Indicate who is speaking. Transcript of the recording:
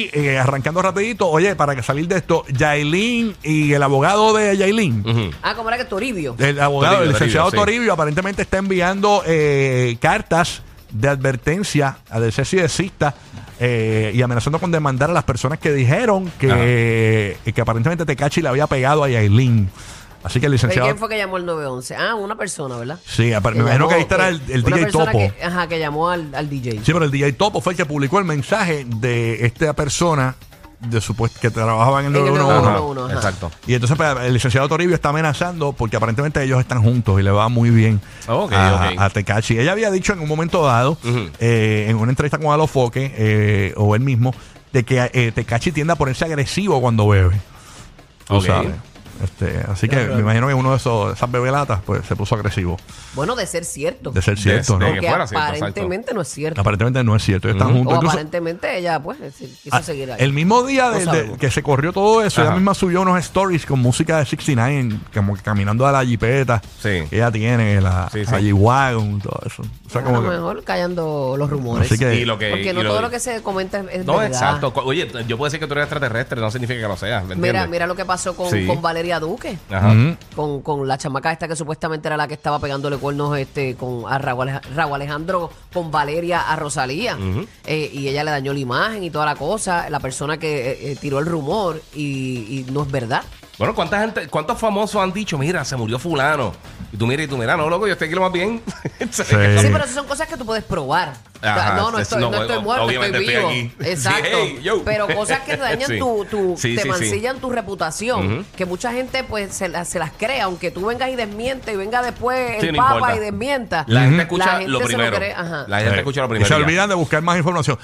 Speaker 1: Eh, arrancando rapidito, oye, para que salir de esto, Yailin y el abogado de Yailin,
Speaker 2: Ah, como era que Toribio.
Speaker 1: el abogado,
Speaker 3: Toribio,
Speaker 1: el licenciado
Speaker 3: Toribio,
Speaker 1: Toribio,
Speaker 3: sí.
Speaker 1: aparentemente está enviando eh, cartas de advertencia a del y desista eh, y amenazando con demandar a las personas que dijeron
Speaker 3: Ajá.
Speaker 1: que, que aparentemente Tecachi le había pegado a Yailin. Así que el
Speaker 2: ¿Pero
Speaker 1: licenciado...
Speaker 2: ¿Quién fue que llamó el 911? Ah, una persona, ¿verdad?
Speaker 1: Sí, me
Speaker 2: Que
Speaker 1: imagino
Speaker 2: llamó-
Speaker 1: que ahí estará el, el
Speaker 2: eh, una
Speaker 1: DJ
Speaker 2: persona
Speaker 1: Topo.
Speaker 2: que- ajá, que llamó al, al DJ.
Speaker 1: Sí, pero el DJ Topo fue el que publicó el mensaje de esta persona de supuesto que trabajaba en el
Speaker 2: En el
Speaker 1: 911.
Speaker 2: Ajá, 911, ajá.
Speaker 3: Exacto.
Speaker 1: Y entonces pues, el licenciado Toribio está amenazando porque aparentemente ellos están juntos y le va muy bien
Speaker 3: Oh, Ok,
Speaker 1: a,
Speaker 3: ok.
Speaker 1: a Tekashi. Ella había dicho en un momento dado,
Speaker 3: Ujú.
Speaker 1: eh, en una entrevista con Alofoque, eh, o él mismo, de que eh, Tekashi tiende a ponerse agresivo cuando bebe. Tú
Speaker 3: Ok.
Speaker 1: sabes. Este, así que me imagino que uno de esos, esas bebelatas pues, se puso agresivo.
Speaker 2: Bueno, de ser cierto.
Speaker 1: De ser cierto,
Speaker 3: de
Speaker 1: ¿no?
Speaker 3: que
Speaker 2: Porque
Speaker 3: fuera cierto,
Speaker 2: aparentemente no es cierto.
Speaker 1: Aparentemente no es cierto. Ellos Están
Speaker 3: Ujú.
Speaker 2: O
Speaker 1: juntos. Incluso-
Speaker 2: aparentemente ella, pues, es decir, quiso
Speaker 1: Ah,
Speaker 2: seguir ahí.
Speaker 1: El mismo día de-
Speaker 2: No
Speaker 1: de-
Speaker 2: sabemos.
Speaker 1: que se corrió todo eso, ella
Speaker 3: Ajá.
Speaker 1: misma subió unos stories con música de 69, en- como que caminando a la jipeta.
Speaker 3: Sí.
Speaker 1: que Ella tiene la
Speaker 3: Sí, sí.
Speaker 1: la G-Wagon, todo eso. O sea,
Speaker 2: a
Speaker 1: como
Speaker 2: lo
Speaker 1: que-
Speaker 2: mejor callando los rumores.
Speaker 1: Así que-
Speaker 3: Y lo que,
Speaker 2: porque
Speaker 3: y
Speaker 2: no todo lo que se comenta es, es
Speaker 3: No,
Speaker 2: verdad.
Speaker 3: exacto. Cu- Oye, t- yo puedo decir que tú eres extraterrestre, no significa que lo seas. ¿me entiendes?
Speaker 2: Mira, mira lo que pasó con,
Speaker 3: Sí.
Speaker 2: con Valeria Duque.
Speaker 3: Ajá.
Speaker 1: Ujú.
Speaker 2: Con, con la chamaca esta que supuestamente era la que estaba pegándole cuernos este con a Raúl, Alej- Raúl Alejandro con Valeria a Rosalía Eh, y ella le dañó la imagen y toda la cosa la persona que eh, eh, tiró el rumor y, y no es verdad
Speaker 3: Bueno, ¿cuánta gente, ¿cuántos famosos han dicho, mira, se murió fulano? Y tú mira y tú mira, no, loco, yo estoy aquí lo más bien. ¿Sabes qué?
Speaker 1: Sí.
Speaker 2: sí pero eso son cosas que tú puedes probar O sea,
Speaker 3: Eh. Ajá,
Speaker 2: no no
Speaker 3: es-
Speaker 2: estoy,
Speaker 3: no,
Speaker 2: no estoy
Speaker 3: ob-
Speaker 2: muerto
Speaker 3: obviamente
Speaker 2: estoy
Speaker 3: estoy
Speaker 2: vivo
Speaker 3: aquí. Sí,
Speaker 2: exacto
Speaker 3: hey, yo.
Speaker 2: pero cosas que te dañan
Speaker 3: Sí.
Speaker 2: tu, tu
Speaker 3: Sí, sí,
Speaker 2: te
Speaker 3: sí.
Speaker 2: mancillan tu reputación que mucha gente pues se, la- se las cree aunque tú vengas y desmientes y venga después
Speaker 3: Sí,
Speaker 2: el
Speaker 3: no
Speaker 2: papa
Speaker 3: importa.
Speaker 2: y desmienta
Speaker 3: La gente
Speaker 2: La
Speaker 3: escucha
Speaker 2: gente
Speaker 3: lo
Speaker 2: se lo
Speaker 3: primero.
Speaker 2: cree, ajá.
Speaker 3: La gente
Speaker 1: Sí.
Speaker 3: escucha lo
Speaker 1: Y
Speaker 3: primero.
Speaker 1: se
Speaker 3: y ya.
Speaker 1: olvidan de buscar más información.